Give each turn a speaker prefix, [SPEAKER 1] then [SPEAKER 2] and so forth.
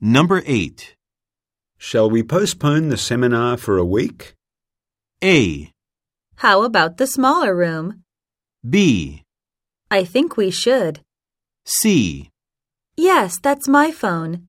[SPEAKER 1] Number 8.
[SPEAKER 2] Shall we postpone the seminar for a week?
[SPEAKER 1] A.
[SPEAKER 3] How about the smaller room?
[SPEAKER 1] B.
[SPEAKER 3] I think we should.
[SPEAKER 1] C.
[SPEAKER 3] Yes, that's my phone.